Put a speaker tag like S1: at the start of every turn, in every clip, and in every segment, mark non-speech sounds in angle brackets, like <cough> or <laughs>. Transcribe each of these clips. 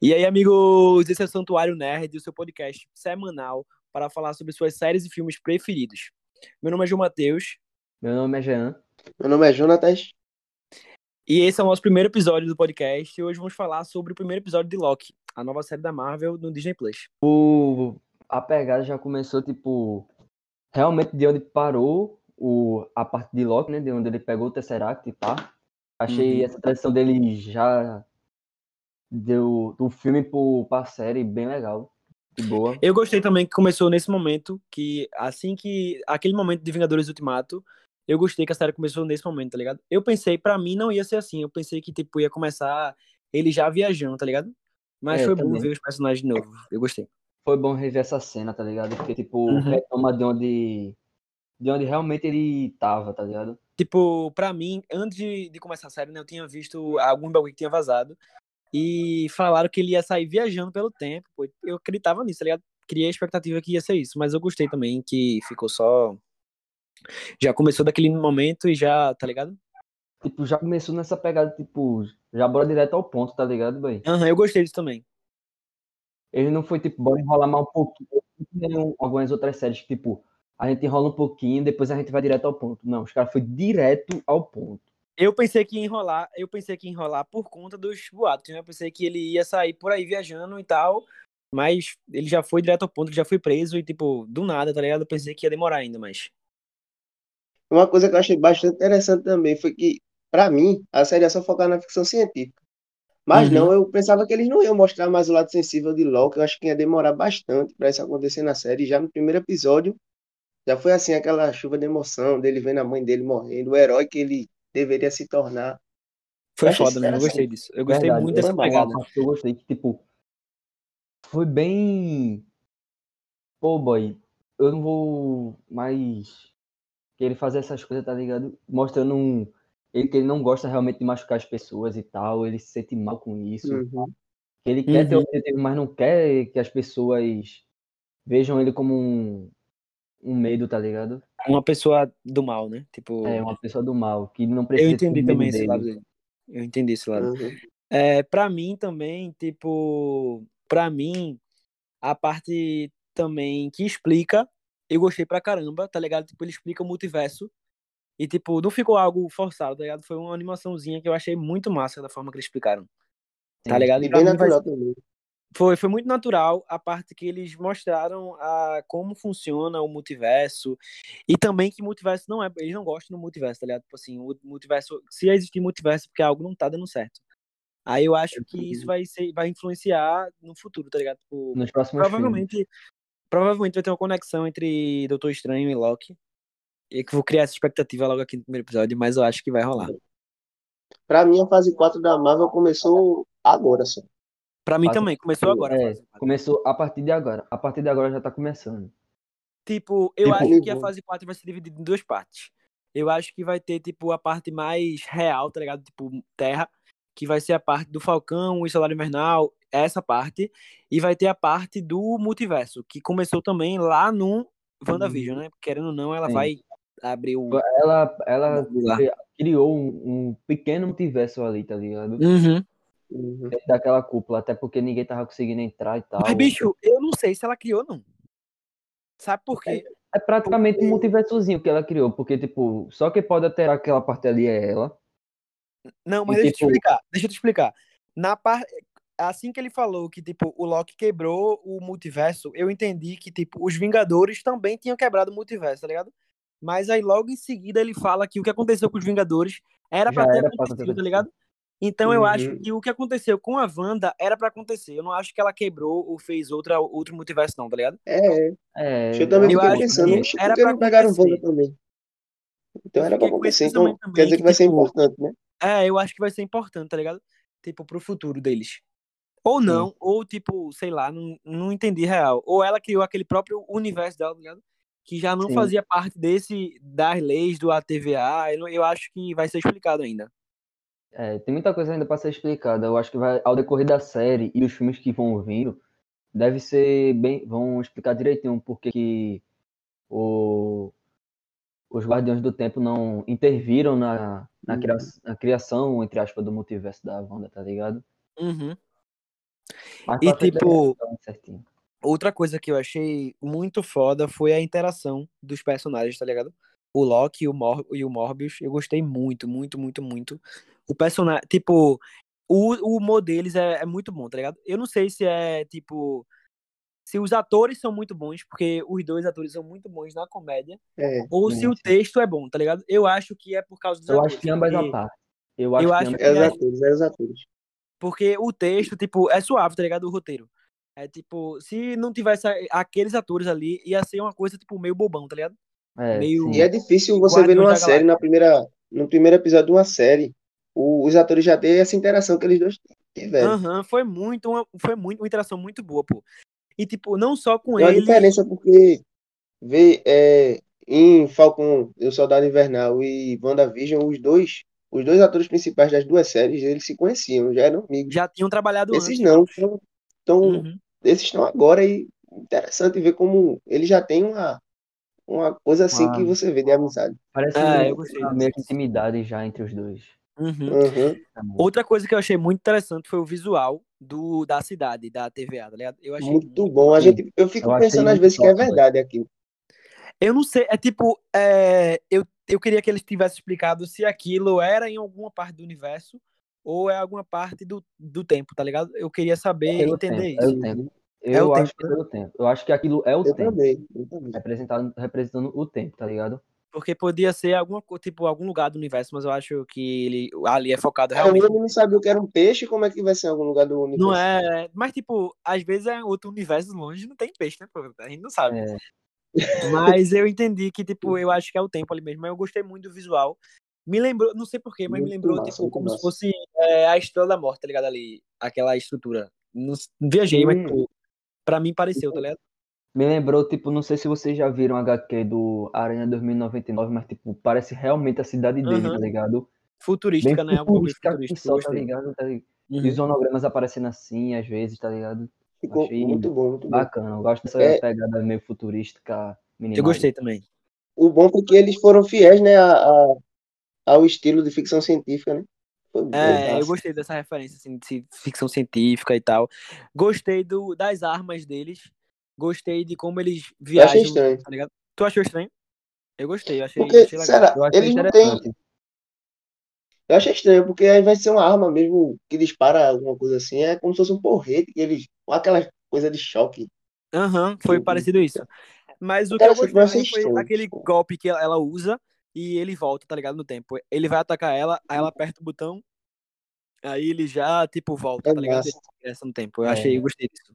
S1: E aí, amigos, esse é o Santuário Nerd, o seu podcast semanal para falar sobre suas séries e filmes preferidos. Meu nome é João Matheus.
S2: Meu nome é Jean.
S3: Meu nome é Jonatas.
S1: E esse é o nosso primeiro episódio do podcast. E hoje vamos falar sobre o primeiro episódio de Loki, a nova série da Marvel no Disney Plus.
S2: O... A pegada já começou, tipo, realmente de onde parou o... a parte de Loki, né? De onde ele pegou o Tesseract e pá. Achei
S1: Uhum.
S2: essa transição dele já deu do filme pro, pra série bem legal. De boa.
S1: Eu gostei também que começou nesse momento, que assim que. Aquele momento de Vingadores Ultimato, eu gostei que a série começou nesse momento, tá ligado? Eu pensei, pra mim não ia ser assim. Eu pensei que, tipo, ia começar ele já viajando, tá ligado? Mas
S2: É,
S1: foi bom
S2: também.
S1: ver os personagens de novo. Eu gostei.
S2: Foi bom rever essa cena, tá ligado? Porque, tipo,
S1: Uhum.
S2: retoma de onde. De onde realmente ele tava, tá ligado?
S1: Tipo, pra mim, antes de, de começar a série, né, eu tinha visto algum bagulho que tinha vazado. E falaram que ele ia sair viajando pelo tempo. pô. Eu acreditava nisso, tá ligado? Criei a expectativa que ia ser isso. Mas eu gostei também que ficou só. Já começou daquele momento e já, tá ligado?
S2: Tipo, já começou nessa pegada, tipo, já bora direto ao ponto, tá ligado, boy?
S1: Aham, eu gostei disso também.
S2: Ele não foi tipo, bora enrolar mais um pouquinho. Tem algumas outras séries que, tipo, a gente enrola um pouquinho, depois a gente vai direto ao ponto. Não, os caras foi direto ao ponto.
S1: Eu pensei que ia enrolar, eu pensei que ia enrolar por conta dos boatos, né? Eu pensei que ele ia sair por aí viajando e tal, mas ele já foi direto ao ponto, ele já foi preso e, tipo, do nada, tá ligado? Eu pensei que ia demorar ainda, mas.
S3: Uma coisa que eu achei bastante interessante também foi que, pra mim, a série é só focar na ficção científica. Mas
S1: Uhum.
S3: não, eu pensava que eles não iam mostrar mais o lado sensível de Loki. Eu acho que ia demorar bastante pra isso acontecer na série. Já no primeiro episódio, já foi assim aquela chuva de emoção dele vendo a mãe dele morrendo, o herói que ele deveria se tornar.
S1: Foi
S3: Eu achei
S1: foda mesmo, eu
S3: interessante.
S1: gostei disso. Eu gostei
S2: Verdade,
S1: muito
S2: essa
S1: dessa
S2: foi uma
S1: pegada.
S2: parte que Eu gostei que, tipo, foi bem. Pô, boy, eu não vou mais querer fazer essas coisas, tá ligado? Mostrando um. Ele que ele não gosta realmente de machucar as pessoas e tal, ele se sente mal com isso.
S3: Uhum.
S2: que Ele quer ter
S1: Uhum.
S2: objetivo, mas não quer que as pessoas vejam ele como um, um medo, tá ligado?
S1: Uma pessoa do mal, né? Tipo,
S2: É uma pessoa do mal, que não precisa
S1: eu
S2: ter
S1: entendi
S2: medo
S1: também esse
S2: dele.
S1: lado dele. Eu entendi esse lado.
S3: Uhum.
S1: É, pra mim também, tipo, pra mim, a parte também que explica, eu gostei pra caramba, tá ligado? Tipo, ele explica o multiverso. E, tipo, não ficou algo forçado, tá ligado? Foi uma animaçãozinha que eu achei muito massa da forma que eles explicaram, tá
S2: Sim.
S1: ligado?
S3: E
S1: E pra
S3: bem
S1: mim vai
S3: natural também.
S1: Foi, foi muito natural a parte que eles mostraram a como funciona o multiverso e também que multiverso não é, eles não gostam do multiverso, tá ligado? Tipo assim, o multiverso, se existir multiverso é porque algo não tá dando certo. Aí eu acho que isso vai ser, vai influenciar no futuro, tá ligado? Tipo,
S2: Nos próximos filmes.
S1: provavelmente, provavelmente vai ter uma conexão entre Doutor Estranho e Loki. E que eu vou criar essa expectativa logo aqui no primeiro episódio, mas eu acho que vai rolar.
S3: Pra mim, a fase 4 da Marvel começou agora só.
S1: Pra mim
S2: Fase-
S1: também, começou agora. a
S2: É,
S1: fase.
S2: começou a partir de agora. A partir de agora já tá começando.
S1: Tipo, eu
S2: Tipo,
S1: acho que a
S3: eu-
S1: fase 4 vai ser dividida em duas partes. Eu acho que vai ter, tipo, a parte mais real, tá ligado? Tipo, terra, que vai ser a parte do Falcão, o Salário Invernal, essa parte. E vai ter a parte do multiverso, que começou também lá no WandaVision, né? Querendo ou não, ela
S2: Sim.
S1: vai abrir o.
S2: Ela, ela
S1: Lá.
S2: criou um, um pequeno multiverso ali, tá ligado?
S1: Uhum.
S3: Uhum.
S2: Dentro daquela cúpula, até porque ninguém tava conseguindo entrar e tal.
S1: Mas, bicho, eu não sei se ela criou, não. Sabe por quê?
S2: É praticamente um multiversozinho que ela criou, porque, tipo, só quem pode alterar aquela parte ali é ela.
S1: Não, mas
S2: E,
S1: deixa eu te
S2: tipo-
S1: explicar. Deixa eu te explicar. Na par... Assim que ele falou que, tipo, o Loki quebrou o multiverso, eu entendi que, tipo, os Vingadores também tinham quebrado o multiverso, tá ligado? Mas aí logo em seguida ele fala que o que aconteceu com os Vingadores era pra
S2: Já
S1: ter
S2: era pra ter
S1: acontecido, tá
S2: acontecido.
S1: ligado? Então eu
S3: Uhum.
S1: acho que o que aconteceu com a Wanda era pra acontecer. Eu não acho que ela quebrou ou fez outra, outro multiverso, não, tá ligado?
S3: É, é.
S2: É,
S3: eu também
S1: eu
S3: fiquei
S1: acho
S3: pensando,
S1: que
S3: "Oxe,
S1: era
S3: por que
S1: pra
S3: não pegaram o
S1: acontecer.
S3: Wanda também? Então
S1: Eu
S3: era pra
S1: fiquei com esse
S3: acontecer, então
S1: pensamento
S3: quer
S1: também,
S3: dizer que
S1: que,
S3: vai ser
S1: tipo,
S3: importante, né?
S1: É, eu acho que vai ser importante, tá ligado? Tipo, pro futuro deles. Ou não, ou tipo, sei lá, não, não entendi real. Ou ela criou aquele próprio universo dela, tá ligado? Que já não
S2: Sim.
S1: fazia parte desse, das leis do ATVA. Eu, não- eu acho que vai ser explicado ainda.
S2: É, tem muita coisa ainda para ser explicada. Eu acho que vai ao decorrer da série e os filmes que vão vindo, deve ser bem, vão explicar direitinho por que que o, os Guardiões do Tempo não interviram na, na,
S3: Uhum.
S2: cria- na criação, entre aspas, do multiverso da Wanda, tá ligado?
S1: Uhum.
S2: Mas
S1: E,
S2: pra frente
S1: tipo,
S2: vai dar certinho.
S1: Outra coisa que eu achei muito foda foi a interação dos personagens, tá ligado? O Loki e o, Mor e o Morbius, eu gostei muito, muito, muito, muito. O personagem, tipo, o, o humor deles é, é muito bom, tá ligado? Eu não sei se é, tipo, se os atores são muito bons, porque os dois atores são muito bons na comédia,
S3: É,
S1: ou se o
S2: Sim.
S1: texto é bom, tá ligado? Eu acho que é por causa dos
S2: Eu
S1: atores.
S2: acho que ambas a
S1: porque-
S2: parte. Eu acho,
S1: acho
S2: que ambas
S1: que
S3: é os
S1: aí-
S3: atores, é os atores.
S1: Porque o texto, tipo, é suave, tá ligado? O roteiro. É tipo, se não tivesse a- aqueles atores ali, ia ser uma coisa, tipo, meio bobão, tá ligado?
S2: é,
S1: meio-
S2: sim.
S3: E é difícil você ver
S1: Guardiões
S3: numa
S1: da
S3: série, na primeira, no primeiro episódio de uma série, o- os atores já têm essa interação que eles dois tiveram.
S1: Aham, foi muito, uma, foi muito, uma interação muito boa, pô. E, tipo, não só com
S3: Tem uma
S1: ele.
S3: diferença porque vê, é, em Falcon e o Soldado Invernal e WandaVision, os dois, os dois atores principais das duas séries, eles se conheciam, já eram amigos.
S1: Já tinham trabalhado antes.
S3: Esses não, tão, tão-
S1: Uhum.
S3: esses estão agora e interessante ver como ele já tem uma, uma coisa assim
S2: Uma-
S3: que você vê de amizade.
S2: Parece
S1: Ah,
S2: que
S1: eu gostei
S2: uma
S1: disso.
S2: meio que intimidade já entre os dois.
S1: Uhum.
S3: Uhum.
S2: Também.
S1: Outra coisa que eu achei muito interessante foi o visual do, da cidade, da TVA, tá ligado? Eu achei
S3: Muito bom. A
S2: Sim.
S3: gente, eu fico
S2: Eu achei
S3: pensando às
S2: muito
S3: vezes que é
S2: top, velho.
S3: verdade aquilo.
S1: Eu não sei, é tipo, é, eu, eu queria que eles tivessem explicado se aquilo era em alguma parte do universo ou é alguma parte do, do tempo, tá ligado? Eu queria saber
S2: Pelo
S1: entender
S2: tempo,
S1: isso.
S2: Eu tenho.
S1: É
S2: Eu
S1: o
S2: acho
S1: tempo,
S2: que é pelo tempo. Eu acho que aquilo é o
S3: Eu
S2: tempo.
S3: também, eu também.
S2: Representado, representando o tempo, tá ligado?
S1: Porque podia ser alguma co- tipo algum lugar do universo, mas eu acho que ele ali é focado
S3: Cara,
S1: realmente.
S3: ele não sabia o que era um peixe, como é que vai ser em algum lugar do universo?
S1: Não é, mas tipo, às vezes é outro universo longe, não tem peixe, né? pô? A gente não sabe.
S2: É,
S1: Mas eu entendi que, tipo, eu acho que é o tempo ali mesmo. Mas eu gostei muito do visual. Me lembrou, não sei porquê, mas me
S3: Muito
S1: lembrou,
S3: massa,
S1: tipo,
S3: muito
S1: como se
S3: massa.
S1: fosse é, a Estrela da Morte, tá ligado? Ali, aquela estrutura. Não, s- viajei, mas,
S3: Hum.
S1: tipo, pra mim
S3: Tipo,
S1: pareceu, tá ligado?
S2: Me lembrou, tipo, não sei se vocês já viram a HQ do Aranha 2099, mas, tipo, parece realmente a cidade dele,
S1: Aham.
S2: tá ligado? Bem
S1: Futurística, né? Alguma coisa
S2: futurística que
S1: futurística, eu
S2: só, tá
S1: gostei.
S2: ligado? Tá ligado? E os
S1: Uhum.
S2: zonogramas aparecendo assim, às vezes, tá ligado?
S3: Ficou
S2: Achei
S3: muito bom, muito bom.
S2: Bacana, eu gosto dessa
S3: É.
S2: pegada meio futurística, minimalista.
S1: Eu gostei também.
S3: O bom foi que eles foram fiéis, né, a, a- ao estilo de ficção científica, né? Foi bom,
S1: É, eu
S3: massa.
S1: gostei dessa referência, assim, de ficção científica e tal. Gostei do, das armas deles. Gostei de como eles
S3: Eu achei
S1: viajam,
S3: estranho.
S1: tá ligado? Tu achou estranho? Eu gostei, eu achei,
S3: Porque,
S1: achei legal.
S3: será,
S2: Eu achei
S3: eles não têm.
S2: interessante.
S3: Eu achei estranho, porque ao invés de ser uma arma mesmo que dispara alguma coisa assim, é como se fosse um porrete que eles. com aquela coisa de choque.
S1: Aham, foi
S3: Uhum.
S1: parecido isso. Mas o que eu
S3: Interessante,
S1: gostei
S3: mas achei
S1: mesmo foi
S3: estranho.
S1: aquele golpe que ela ela usa e ele volta, tá ligado? No tempo. Ele vai atacar ela, aí ela aperta o botão, aí ele já, tipo, volta,
S3: É
S1: tá ligado? Ele
S3: massa.
S1: regressa no tempo. Eu
S2: É.
S1: achei, eu gostei disso.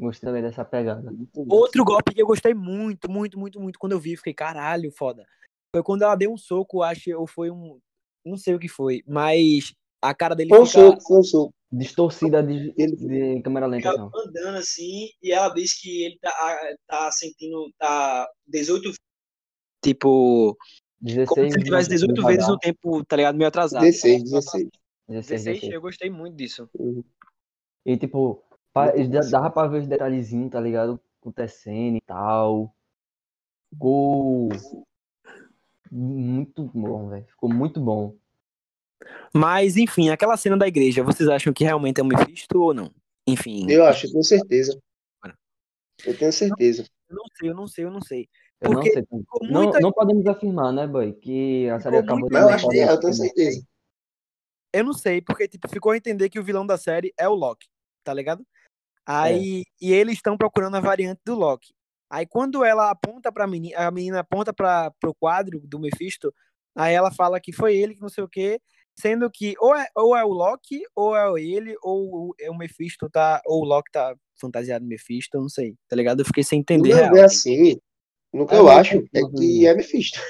S2: Gostei também dessa pegada.
S3: muito massa.
S1: Outro golpe que eu gostei muito, muito, muito, muito quando eu vi, fiquei, caralho, foda. Foi quando ela deu um soco, acho, ou foi um. Não sei o que foi, mas a cara dele
S3: Foi um
S1: fica.
S3: soco, foi um soco.
S2: Distorcida de,
S3: Ele-
S2: de câmera lenta,
S4: Ela
S1: Então,
S2: assim. ó.
S4: andando assim e ela diz que ele tá, ah, tá sentindo tá 18
S1: Tipo. Como
S2: 16,
S1: se ele tivesse 18 vezes no
S2: devagar.
S1: tempo, tá ligado? Meio atrasado.
S3: 16, 16.
S2: 16,
S1: 16,
S2: 16.
S1: eu gostei muito disso.
S3: Uhum.
S2: E, tipo, pa-
S3: Muito
S2: dá-
S3: massa.
S2: dava pra ver os detalhezinhos, tá ligado? Acontecendo e tal. Gol. Muito bom, velho. Ficou muito bom.
S1: Mas, enfim, aquela cena da igreja, vocês acham que realmente é um Mephisto ou não? Enfim.
S3: Eu acho, eu tenho certeza.
S1: Bora.
S3: Eu tenho certeza.
S1: Eu não sei, eu não sei, eu não sei.
S2: Eu não
S1: Porque
S2: sei.
S1: ficou
S2: Não,
S1: muita-
S2: não podemos afirmar, né, boy? Que a série
S1: Ficou
S2: acabou
S1: muito-
S3: Mas eu
S2: também.
S3: acho que é, eu tenho certeza.
S1: Eu não sei, porque tipo, ficou a entender que o vilão da série é o Loki, tá ligado? Aí. E eles estão procurando a variante do Loki. Aí quando ela aponta pra menina, a menina aponta pra, pro quadro do Mephisto, aí ela fala que foi ele, que não sei o quê. Sendo que ou é, ou é o Loki, ou é o ele, ou o- é o Mephisto tá. Ou o Loki tá fantasiado de Mephisto, eu não sei, tá ligado? Eu fiquei sem entender
S3: Não
S1: real.
S3: é assim. No que
S2: É
S3: eu
S2: meio
S3: acho é
S2: confuso,
S3: que
S2: né?
S3: é Mephisto.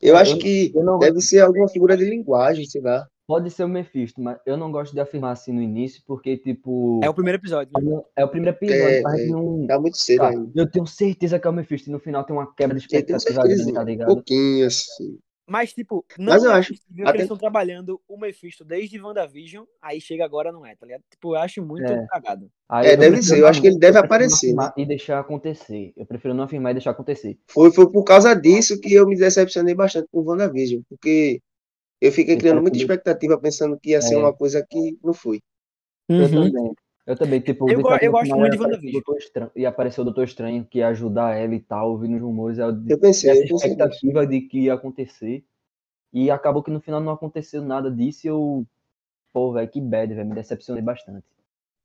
S3: Eu acho que
S2: Eu não
S1: É
S2: gosto-
S3: deve ser alguma figura de linguagem, sei lá.
S2: Pode ser o Mephisto, mas eu não gosto de afirmar assim no início, porque, tipo.
S1: É o primeiro episódio. né?
S2: É o primeiro episódio,
S3: É,
S2: mas a gente
S3: é.
S2: não.
S3: Tá muito cedo
S2: Tá,
S3: ainda.
S2: eu tenho certeza que é o Mephisto. E no final tem uma quebra de
S3: Eu tenho
S2: expectativa grande,
S3: certeza. Um
S2: tá ligado?
S3: Pouquinho, assim.
S1: Mas, tipo, não
S3: Mas eu
S1: é
S3: acho,
S1: possível que
S3: até-
S1: eles estão trabalhando o Mephisto desde WandaVision, aí chega agora, não é, tá ligado? Tipo, eu acho muito
S2: É.
S1: cagado.
S2: Aí
S3: É,
S2: eu
S3: deve
S2: prefiro
S3: ser. Eu
S2: não-
S3: acho que ele deve
S2: eu prefiro não
S3: aparecer, né?
S2: afirmar E deixar acontecer. Eu prefiro não afirmar e deixar acontecer.
S3: Foi, foi por causa disso que eu me decepcionei bastante com WandaVision, porque eu fiquei
S2: Eu
S3: criando
S2: quero
S3: muita
S2: saber.
S3: expectativa pensando que ia ser
S2: É.
S1: Uhum.
S3: uma coisa que não foi.
S2: Eu também. Eu também, tipo,
S1: Eu
S2: vi
S1: go-
S2: que
S1: eu
S2: no
S1: gosto
S2: final
S1: muito de
S2: ia aparecer
S1: WandaVision.
S2: o Doutor Estranho- E apareceu o Doutor Estranho que ia ajudar ela e tal, ouvindo os rumores. Ela
S3: Eu pensei,
S2: essa
S3: eu pensei. nisso.
S2: expectativa de que ia acontecer. E acabou que no final não aconteceu nada disso. E eu. Pô, velho, que bad, velho. Me decepcionei bastante.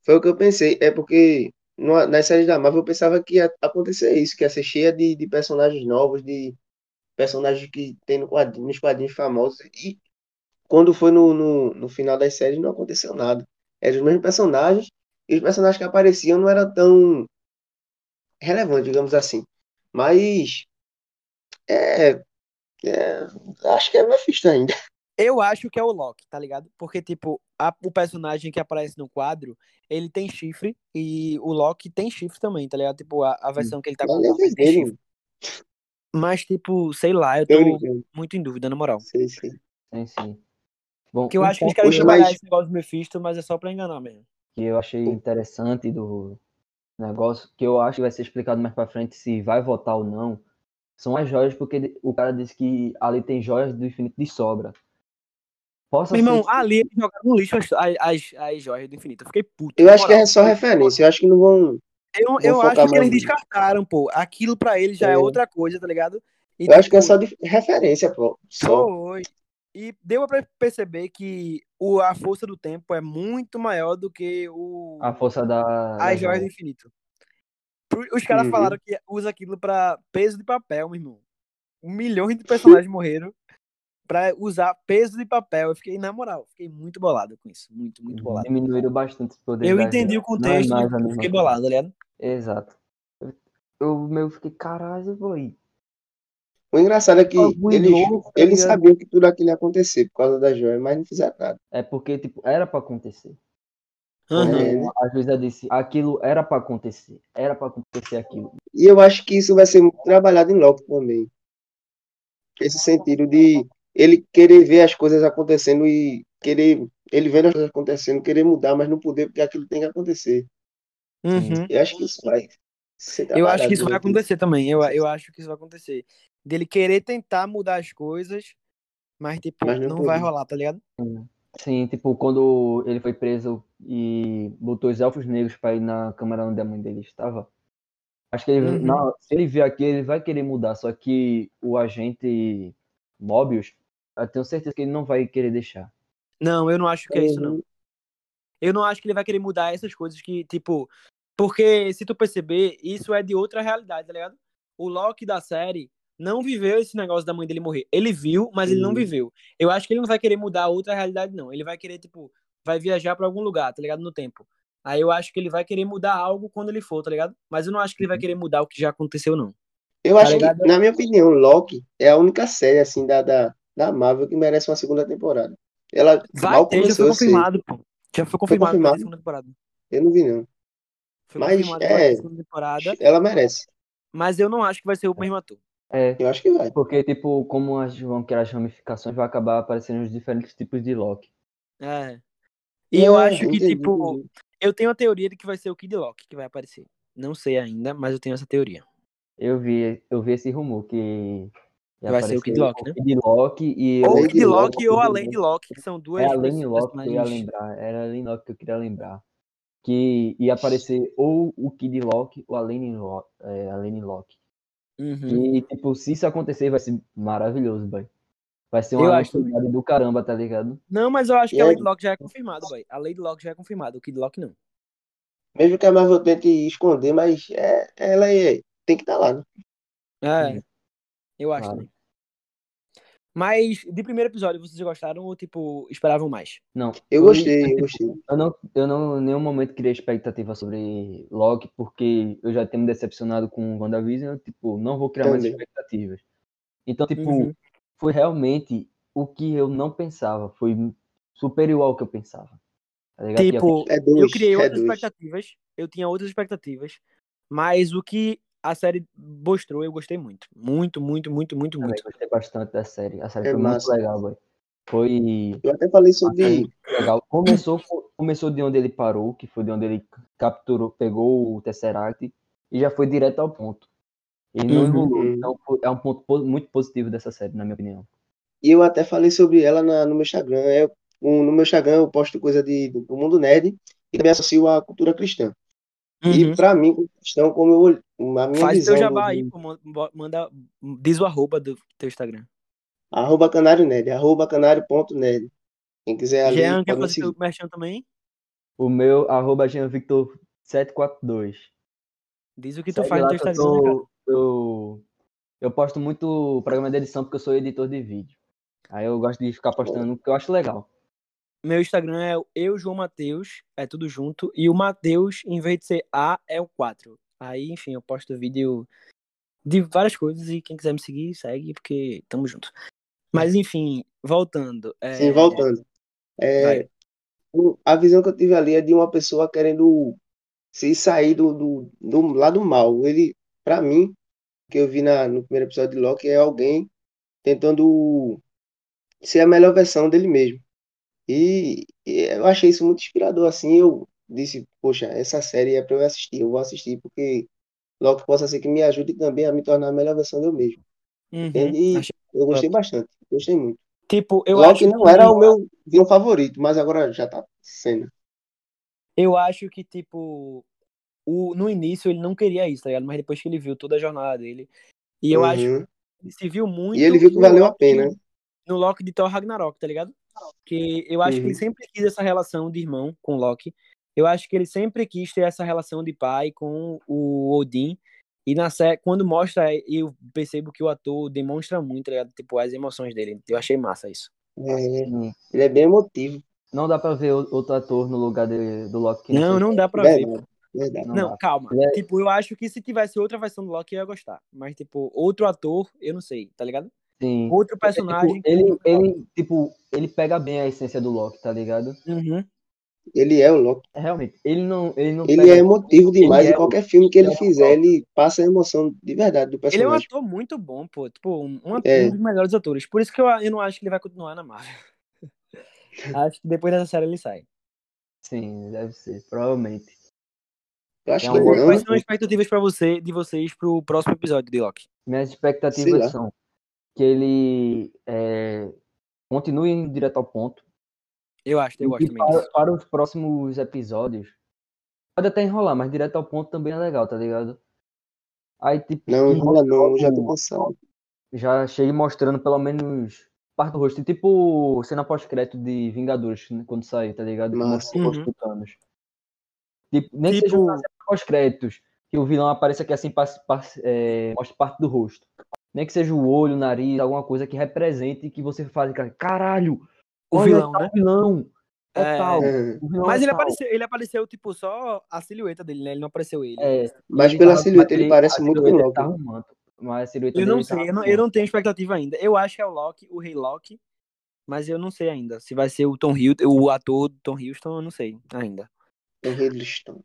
S3: Foi o que eu pensei. É porque no- nas séries da Marvel eu pensava que ia acontecer isso, que ia ser cheia de, de personagens novos, de personagens que tem no quadrinho, nos quadrinhos famosos. E quando foi no, no, no final das séries não aconteceu nada. Eram os mesmos personagens, e os personagens que apareciam não eram tão relevantes, digamos assim. Mas é, é, acho que é Mephisto ainda.
S1: Eu acho que é o Loki, tá ligado? Porque, tipo, a- o personagem que aparece no quadro, ele tem chifre e o Loki tem chifre também, tá ligado? Tipo, a, a versão que ele tá com
S3: Não,
S1: o
S3: nem
S1: Loki ele tem
S3: dele,
S1: chifre. Mas, tipo, sei lá, eu
S3: tô
S1: tô
S3: brincando.
S1: muito em dúvida, na moral.
S3: Sei, sei.
S2: Sim, sim. Bom,
S1: Porque eu
S2: um
S1: acho que eles
S2: ponto
S1: querem
S3: Então, Poxa,
S1: trabalhar
S3: mas-
S1: esse negócio do Mephisto, mas é só pra enganar mesmo.
S2: que eu achei interessante do negócio, que eu acho que vai ser explicado mais pra frente se vai votar ou não, são as joias, porque ele- o cara disse que ali tem joias do infinito de sobra. Posso
S1: Meu irmão,
S2: ser...
S1: ali eles jogaram no lixo as, as, as joias do infinito. Eu fiquei puto.
S3: Eu
S1: na
S3: acho que
S1: moral.
S3: é só referência, eu acho que não vão.
S1: Eu,
S3: Vou
S1: eu
S3: focar
S1: acho que
S3: mais
S1: eles
S3: nisso.
S1: descartaram, pô. Aquilo pra eles já é
S3: É.
S1: outra coisa, tá ligado? E,
S3: Eu acho que é
S1: tipo,
S3: só de referência, pô. Só.
S1: Foi. E deu pra perceber que o, a força do tempo é muito maior do que o,
S2: A força da... da
S1: as joias do
S2: joia.
S1: infinito. Pro- Os caras
S3: Ah, é Uhum.
S1: falaram que usa aquilo pra peso de papel, meu irmão. Milhões de personagens <laughs> morreram pra usar peso de papel. Eu fiquei, na moral, fiquei muito bolado com isso. Muito,
S3: Uhum.
S1: muito bolado.
S2: Diminuíram bastante o poder
S1: Eu
S2: da
S1: entendi
S2: joia.
S3: né?
S1: o contexto,
S2: Não é
S1: mas
S2: mais a mesma
S1: fiquei
S2: coisa.
S1: bolado, tá ligado?
S2: Exato. Eu- Eu meio fiquei, caralho, boy.
S3: O engraçado é que
S2: Bagulho
S3: eles,
S2: louco, tá
S3: eles
S2: ligado?
S3: sabiam que tudo aquilo ia acontecer por causa da joia, mas não fizeram nada.
S2: É porque, tipo, era pra acontecer.
S1: Aham.
S3: É.
S2: Como A juíza disse, aquilo era pra acontecer. Era pra acontecer aquilo.
S3: E eu acho que isso vai ser muito trabalhado em Loki também. Esse sentido de ele querer ver as coisas acontecendo e querer. Ele vendo as coisas acontecendo, querer mudar, mas não poder, porque aquilo tem que acontecer.
S1: Uhum.
S3: Eu acho que isso vai. ser
S1: Eu acho
S3: trabalhado
S1: que isso vai
S3: durante-
S1: acontecer também. Eu, eu acho que isso vai acontecer. Dele querer tentar mudar as coisas, mas tipo,
S3: Mas não
S1: não vai
S3: pode.
S1: rolar, tá ligado?
S2: Sim, tipo, quando ele foi preso e botou os elfos negros pra ir na câmara onde a mãe dele estava. Acho que ele,
S1: Uhum.
S2: na- se ele vier aqui, ele vai querer mudar. Só que o agente Mobius, eu tenho certeza que ele não vai querer deixar.
S1: Não, eu não acho que é isso, não. Eu não acho que ele vai querer mudar essas coisas que, tipo. Porque, se tu perceber, isso é de outra realidade, tá ligado? O Loki da série não viveu esse negócio da mãe dele morrer. Ele viu, mas ele não
S3: Uhum.
S1: viveu. Eu acho que ele não vai querer mudar outra realidade, não. Ele vai querer, tipo, vai viajar pra algum lugar, tá ligado? No tempo. Aí eu acho que ele vai querer mudar algo quando ele for, tá ligado? Mas eu não acho que ele vai querer mudar o que já aconteceu, não.
S3: Eu
S1: Tá
S3: acho
S1: ligado?
S3: que, na minha opinião, Loki é a única série assim da, da, da Marvel que merece uma segunda temporada. Ela
S1: Vai
S3: mal
S1: ter, já
S3: começou,
S1: foi
S3: eu sei.
S1: confirmado, pô. Já foi confirmado, pra
S3: confirmado?
S1: ter segunda temporada.
S3: Eu não vi, não.
S1: Foi
S3: Mas,
S1: confirmado pra
S3: é,
S1: ter segunda temporada.
S3: Ela merece.
S1: Mas eu não acho que vai ser o mesmo ator.
S2: É,
S3: Eu acho que vai.
S2: porque, tipo, como as, vão criar as ramificações, vai acabar aparecendo os diferentes tipos de Loki.
S1: É. E eu
S3: É,
S1: acho que,
S3: entendi,
S1: tipo,
S3: entendi.
S1: eu tenho a teoria de que vai ser o Kid Loki que vai aparecer. Não sei ainda, mas eu tenho essa teoria.
S2: Eu vi, eu vi esse rumor que ia
S1: Vai ser o
S2: aparecer
S1: Kid Loki, né?
S2: Kid Loki e
S1: Ou o
S3: Lady
S1: Kid Loki,
S3: Loki
S1: ou a
S3: também.
S1: Lady Loki, que são duas
S2: É a Lane
S1: perso-
S2: Locke que eu ia
S1: personagens.
S2: lembrar. Era a Lane Locke que eu queria lembrar. Que ia aparecer ou o Kid Locke ou a Lane Locke. É, a Lane Locke.
S1: Uhum.
S2: E, tipo, se isso acontecer, vai ser maravilhoso, boy. Vai ser
S1: Eu
S2: uma
S1: acho
S2: novidade do caramba, tá ligado?
S1: Não, mas eu acho que a
S3: E
S1: Lady
S3: aí?
S1: Loki já é confirmada, boy. A Lady Loki já é confirmada, o Kid Loki não.
S3: Mesmo que a Marvel tente esconder, mas é, ela é, tem que estar lá, né?
S1: É.
S2: Uhum.
S1: Eu acho
S2: Claro.
S1: também. Mas, de primeiro episódio, vocês gostaram ou, tipo, esperavam mais?
S2: Não.
S3: Eu
S2: foi-
S3: gostei, eu gostei.
S2: Eu não, eu não, em nenhum momento criei expectativa sobre Loki, porque eu já tenho me decepcionado com WandaVision, tipo, não vou criar mais
S3: Também.
S2: expectativas. Então, tipo,
S1: Uhum.
S2: foi realmente o que eu não pensava, foi superior ao que eu pensava. Tá ligado? Que ia
S1: Tipo,
S3: É dois,
S1: eu criei
S3: é
S1: outras
S3: dois.
S1: expectativas, eu tinha outras expectativas, mas o que a série mostrou eu gostei muito. Muito, muito, muito, muito,
S2: Também
S1: muito.
S2: gostei bastante da série. A série
S3: É
S2: foi
S3: massa.
S2: muito legal, boy. Foi
S3: Eu até falei sobre.
S2: legal. Começou, fo- começou de onde ele parou, que foi de onde ele capturou, pegou o Tesseract e já foi direto ao ponto. Ele não
S1: Uhum.
S2: enrolou.
S3: Uhum.
S2: Então foi- é um ponto po- muito positivo dessa série, na minha opinião.
S3: E eu até falei sobre ela na- no meu Instagram. É, um, no meu Instagram eu posto coisa de, do mundo nerd. e também associo à cultura cristã.
S1: Uhum.
S3: E pra mim, como cristão, como eu olho, a minha
S1: Faz
S3: visão
S1: teu
S3: do-
S1: jabá aí, pô, man- bo- manda, diz o arroba do teu Instagram.
S3: Arroba Canário Nerd, arroba canário.nerd. Quem quiser
S2: Tá
S3: ali,
S1: Jean, quer
S3: pode me
S1: fazer
S3: seguir.
S1: teu merchan também?
S2: O meu, arroba GeanVictor742.
S1: Diz o que tu
S2: Segue
S1: faz no
S2: lá
S1: teu
S2: que eu,
S1: Instagram, né, cara?
S2: sou- eu, eu posto muito programa de edição porque eu sou editor de vídeo. Aí eu gosto de ficar postando porque eu acho legal.
S1: Meu Instagram é o eu, João Mateus, é tudo junto. E o Mateus, em vez de ser A, é o 4. Aí, enfim, eu posto vídeo de várias coisas e quem quiser me seguir, segue, porque tamo junto. Mas, enfim, voltando. é,
S3: Sim, voltando. É,
S1: vai.
S3: o- a visão que eu tive ali é de uma pessoa querendo se sair do, do, do lado mal. Ele, pra mim, que eu vi na, no primeiro episódio de Loki, é alguém tentando ser a melhor versão dele mesmo. E, e eu achei isso muito inspirador, assim, eu disse, poxa, essa série é pra eu assistir, eu vou assistir, porque Loki possa ser que me ajude também a me tornar a melhor versão de eu mesmo.
S1: Uhum,
S3: Ele-
S1: achei-
S3: Eu gostei bastante, gostei muito.
S1: Tipo, eu acho
S3: Loki não
S1: que-
S3: era o meu vilão favorito, mas agora já tá sendo.
S1: Eu acho que, tipo, o, no início ele não queria isso, tá ligado? Mas depois que ele viu toda a jornada dele. E eu acho que
S3: Uhum.
S1: ele se viu muito.
S3: E ele viu que
S1: no
S3: valeu a
S1: Loki-
S3: pena.
S1: No Loki de Thor Ragnarok, tá ligado? Que eu acho que
S3: Uhum.
S1: ele sempre quis essa relação de irmão com o Loki. Eu acho que ele sempre quis ter essa relação de pai com o Odin. E na série, quando mostra, eu percebo que o ator demonstra muito, tá ligado? Tipo, as emoções dele. Eu achei massa isso.
S3: É,
S2: Hum,
S3: ele é bem emotivo,
S2: Não dá pra ver o- outro ator no lugar de- do Loki. que
S1: Não,
S2: seja-
S1: não dá pra ver.
S3: verdade, verdade.
S1: Não,
S2: dá.
S1: calma.
S2: Ele é-
S1: Tipo, eu acho que se tivesse outra versão do Loki, eu ia gostar. Mas, tipo, outro ator, eu não sei, tá ligado?
S2: Sim.
S1: Outro
S2: É, tipo,
S1: personagem. que-
S2: ele, ele, tipo, ele pega bem a essência do Loki, tá ligado?
S1: Uhum.
S3: Ele é o Loki.
S2: É, Realmente, ele não, ele não
S3: Ele
S2: pega-
S3: é emotivo demais
S2: Ele
S3: e
S2: é o-
S3: qualquer filme que
S2: ele
S3: ele
S2: é o
S3: fizer, ele passa a emoção de verdade do
S1: Ele é um
S3: personagem.
S1: ator muito bom, pô. Tipo, um, um
S3: É.
S1: dos melhores atores. Por isso que eu, eu não acho que ele vai continuar na Marvel. <laughs> acho que depois dessa série ele sai.
S2: Sim, deve ser, provavelmente.
S3: Eu acho
S2: É um
S3: que ele
S2: bom-
S3: não.
S1: Quais são as expectativas pra você, de vocês pro próximo episódio de Loki?
S2: Minhas
S3: Sei
S2: expectativas
S3: lá.
S2: são que ele é, continue indo direto ao ponto.
S1: Eu acho, eu
S2: e
S1: gosto
S2: que
S1: também disso.
S2: para, para os próximos episódios. Pode até enrolar, mas direto ao ponto também é legal, tá ligado? Aí, tipo,
S3: Não,
S1: Uhum.
S2: e
S3: enrola não, eu já tô
S2: logo-
S3: cansado.
S2: já cheguei mostrando pelo menos parte do rosto. Tipo cena pós-crédito de Vingadores, né, quando saiu, tá ligado? Que
S3: Massa.
S2: mostrou o rosto
S1: Uhum.
S2: do Thanos. Tipo, nem que seja
S1: Tipo-
S2: na cena pós-créditos, que o vilão apareça aqui assim, passe- passe- é, mostra parte do rosto. Nem que seja o olho, o nariz, alguma coisa que represente e que você fale, cara, caralho,
S1: O
S2: olha
S1: vilão,
S2: tal
S1: né?
S2: vilão, é,
S1: É,
S2: tal.
S3: É.
S2: o vilão
S1: Mas
S2: é
S1: ele
S2: tal."
S1: apareceu, ele apareceu, tipo, só a silhueta dele, né? Ele não apareceu ele.
S2: É,
S3: Mas
S2: ele
S3: pela
S2: tava-
S3: silhueta, ele parece
S2: a
S3: muito né?
S2: silhueta
S3: com
S2: ele
S3: Loki.
S2: tava um manto, mas a silhueta
S1: Eu não
S2: dele tava
S1: sei, eu
S2: um
S1: não, eu não
S2: manto.
S1: tenho expectativa ainda. Eu acho que é o Loki, o Rei Loki, mas eu não sei ainda. Se vai ser o Tom Hiddleston, o ator do Tom Hiddleston, eu não sei ainda.
S3: Tom Hiddleston.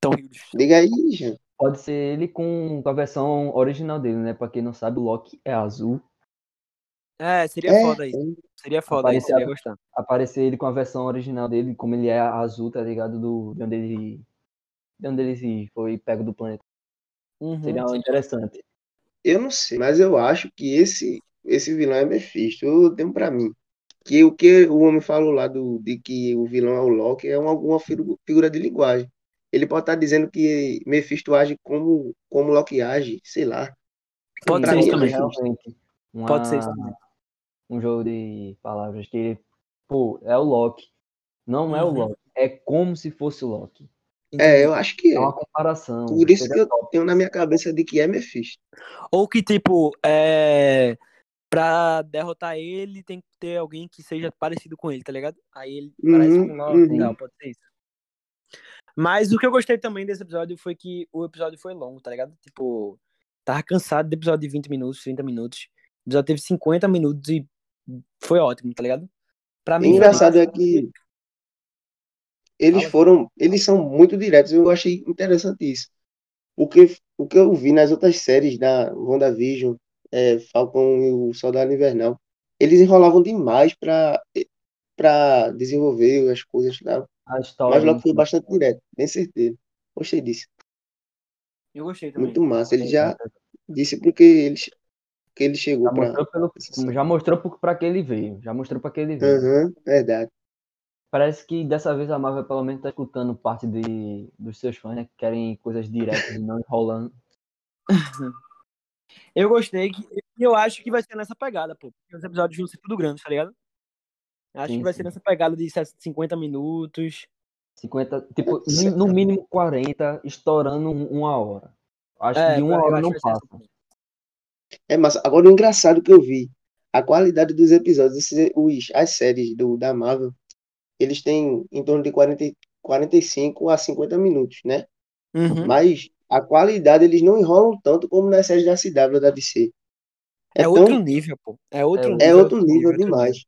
S1: Tom Hiddleston.
S3: Diga aí, Jean.
S2: Pode ser ele com, com a versão original dele, né? Pra quem não sabe, o Loki é azul.
S1: É, seria
S3: É,
S1: foda isso. Seria foda isso,
S2: Apareceu-
S1: seria gostar.
S2: Aparecer ele com a versão original dele, como ele é azul, tá ligado? Do, de onde ele. De onde ele se foi pego do planeta.
S1: Uhum.
S2: Seria interessante.
S3: eu não sei, mas eu acho que esse, esse vilão é Mephisto. Eu tenho pra mim. Que o que o homem falou lá do, de que o vilão é o Loki é uma, alguma figu- figura de linguagem. Ele pode estar dizendo que Mephisto age como, como Loki age, sei lá.
S1: Pode
S2: Sim,
S1: ser isso
S3: Pra mim,
S1: também.
S2: Realmente. Uma,
S1: Pode ser isso também.
S2: Um jogo de palavras que ele. Pô, é o Loki. Não é o
S1: Uhum.
S2: Loki. É como se fosse o Loki.
S3: É, eu acho que
S2: É
S3: é.
S2: uma comparação.
S3: Por isso
S2: seria
S3: que eu
S2: top.
S3: tenho na minha cabeça de que é Mephisto.
S1: Ou que, tipo, é... pra derrotar ele, tem que ter alguém que seja parecido com ele, tá ligado? Aí ele parece
S3: Uhum,
S1: com o Loki e
S3: uhum.
S1: tal, pode ser isso. Mas o que eu gostei também desse episódio foi que o episódio foi longo, tá ligado? Tipo, tava cansado de episódio de 20 minutos, 30 minutos. O episódio teve 50 minutos e foi ótimo, tá ligado? Pra
S3: E
S1: mim foi
S3: engraçado
S1: massa.
S3: é que eles
S1: Fala.
S3: foram, eles são muito diretos. Eu achei interessante isso. O que, o que eu vi nas outras séries da WandaVision, é, Falcão e o Soldado Invernal, eles enrolavam demais para para desenvolver as coisas, tá?
S2: A
S3: mas
S2: história.
S3: Loki
S2: em
S3: foi
S2: si.
S3: bastante direto, bem certeiro. Gostei disso,
S1: Eu gostei também.
S3: muito massa. Ele já disse porque ele, que ele chegou
S1: Tá
S2: Já
S3: para. Uhum.
S2: mostrou, pelo, já mostrou pro- pra que ele veio. Já mostrou pra que ele veio.
S3: Aham, verdade.
S2: Parece que dessa vez a Marvel pelo menos tá escutando parte de, dos seus fãs, né? Que querem coisas diretas e não enrolando.
S1: Eu gostei que eu acho que vai ser nessa pegada, pô. Porque os episódios vão ser tudo grande, tá ligado? Acho
S2: Sim,
S1: que vai
S2: sim.
S1: ser nessa pegada de 50 minutos.
S2: 50, tipo, mi- no mínimo 40, estourando um- uma hora. Acho que
S1: É,
S2: de uma
S1: eu
S2: hora
S1: acho
S2: não
S1: que vai ser assim.
S2: passa.
S1: essa
S3: É, mas agora o engraçado que eu vi, a qualidade dos episódios, esses- os, as séries do, da Marvel, eles têm em torno de 40, e- 45 a 50 minutos, né?
S1: Uhum.
S3: Mas a qualidade eles não enrolam tanto como nas séries da CW, da DC.
S1: É,
S3: tão-
S1: outro nível, pô. É outro
S2: É
S1: nível.
S3: é outro nível
S1: outro
S3: demais.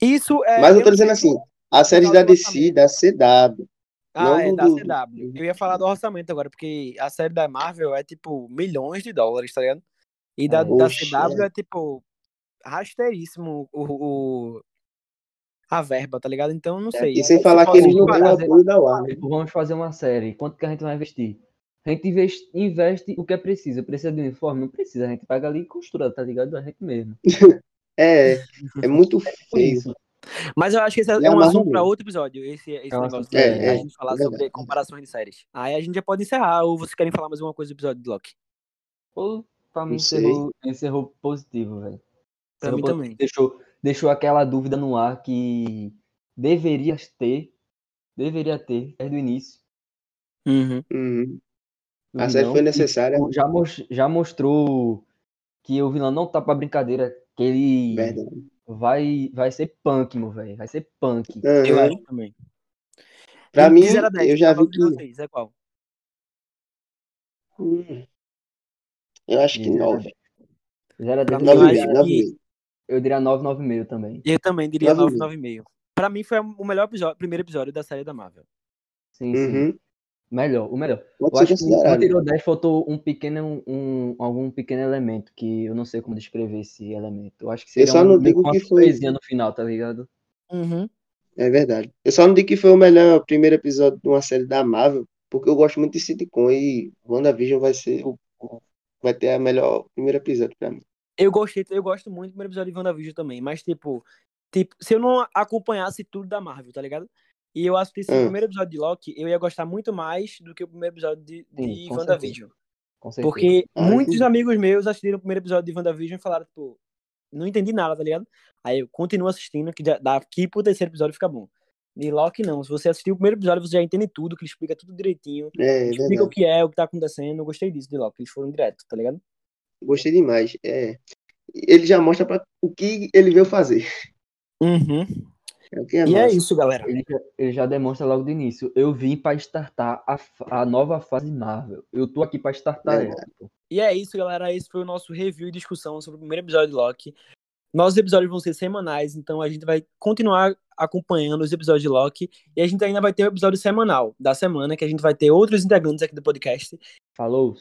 S1: Isso é.
S3: Mas eu tô
S1: sei é
S3: dizendo
S1: que-
S3: assim, as séries da DC, da CW,
S1: Ah, é,
S3: não
S1: da
S3: do-
S1: CW. Eu ia falar do orçamento agora, porque a série da Marvel é tipo milhões de dólares, tá ligado? E da,
S2: É.
S1: da
S3: Oxe,
S1: CW é tipo rasteiríssimo o, o- a verba, tá ligado? Então não sei.
S3: É, e sem falar que
S1: pode
S3: eles não têm o
S1: fazer.
S3: apoio da Warner.
S2: Tipo, vamos fazer uma série. Quanto que a gente vai investir? A gente investe, investe o que é preciso. Precisa de uniforme? Não precisa. A gente paga ali e costura, tá ligado? A gente mesmo.
S3: É,
S1: <laughs>
S3: é muito feio.
S2: isso.
S1: Mas eu acho que esse é
S3: E a
S1: um
S3: Marvel
S1: assunto para
S3: mesmo.
S1: outro episódio, esse, esse
S2: É um
S1: negócio.
S2: assunto- é,
S1: de a
S3: é,
S1: gente falar
S3: é
S1: sobre
S3: verdade.
S1: comparações de séries. Aí a gente já pode encerrar, ou vocês querem falar mais alguma coisa do episódio de Loki?
S2: Ou pra mim
S3: Não sei.
S2: encerrou, encerrou positivo, velho.
S1: Pra
S2: Encerrou
S1: mim
S2: positivo.
S1: também.
S2: Deixou, deixou aquela dúvida no ar que deveria ter, deveria ter, desde o início.
S1: Uhum.
S3: Uhum.
S2: do
S3: A série
S2: vilão.
S3: foi
S2: E,
S3: necessária,
S2: tipo, já, mos- já mostrou que o vilão não tá pra brincadeira, que ele
S3: verdade.
S2: vai, vai ser punk, meu velho. Vai ser punk.
S1: Eu
S3: Uhum.
S1: acho também.
S3: Pra
S1: De
S3: mim,
S1: 0 a 10,
S3: eu já
S1: qual
S3: vi
S1: de
S3: que.
S1: vocês? É qual?
S3: Hum, eu acho que
S2: Zero a
S3: nove.
S2: Zero a
S1: Pra
S2: dez,
S1: mim, eu
S3: Nove e
S1: acho
S3: meio,
S1: que-
S3: nove e meio.
S2: eu diria 9,9,5 também.
S1: Eu também diria
S3: Nove e
S1: 9,9,5. Pra mim foi o melhor episódio, primeiro episódio da série da Marvel.
S2: Sim, sim.
S3: Uhum.
S2: Melhor, o melhor.
S3: Pode
S2: Eu
S3: ser
S2: acho que não
S3: considerado.
S2: tirou 10, faltou um pequeno, um, algum pequeno elemento, que eu não sei como descrever esse elemento. Eu acho que seria
S3: Eu só
S2: um,
S3: não
S2: meio
S3: digo
S2: que uma
S3: que foi-
S2: surpresinha no final, tá ligado?
S1: Uhum.
S3: É verdade. Eu só não digo que foi o melhor primeiro episódio de uma série da Marvel, porque eu gosto muito de sitcom e WandaVision vai ser o. o- Vai ter a melhor primeiro episódio pra mim.
S1: Eu gostei, eu gosto muito do primeiro episódio de WandaVision também, mas tipo, tipo, se eu não acompanhasse tudo da Marvel, tá ligado? E eu assistisse o
S3: Ah.
S1: primeiro episódio de Loki, eu ia gostar muito mais do que o primeiro episódio de, de
S2: Sim, com
S1: WandaVision.
S2: Com certeza.
S1: Porque
S3: Ah,
S1: muitos
S3: entendi.
S1: amigos meus assistiram o primeiro episódio de WandaVision e falaram, tipo, não entendi nada, tá ligado? Aí eu continuo assistindo, que da- daqui pro terceiro episódio fica bom. E Loki não, se você assistiu o primeiro episódio, você já entende tudo, que ele explica tudo direitinho.
S3: É, é
S1: explica o
S3: verdade.
S1: que é, o que tá acontecendo. Eu gostei disso de Loki, eles foram direto, tá ligado?
S3: Gostei demais. É. Ele já mostra pra... o que ele veio fazer.
S1: Uhum.
S3: É o que é
S1: E é
S3: massa.
S1: isso, galera.
S2: Ele já, ele já demonstra logo do início. Eu vim pra startar a, fa- a nova fase Marvel. Eu tô aqui pra startar
S3: Verdade.
S2: ela. tipo. pô.
S1: E é isso, galera. Esse foi o nosso review e discussão sobre o primeiro episódio de Loki. Nossos episódios vão ser semanais, então a gente vai continuar acompanhando os episódios de Loki. E a gente ainda vai ter o episódio semanal da semana, que a gente vai ter outros integrantes aqui do podcast.
S2: Falou.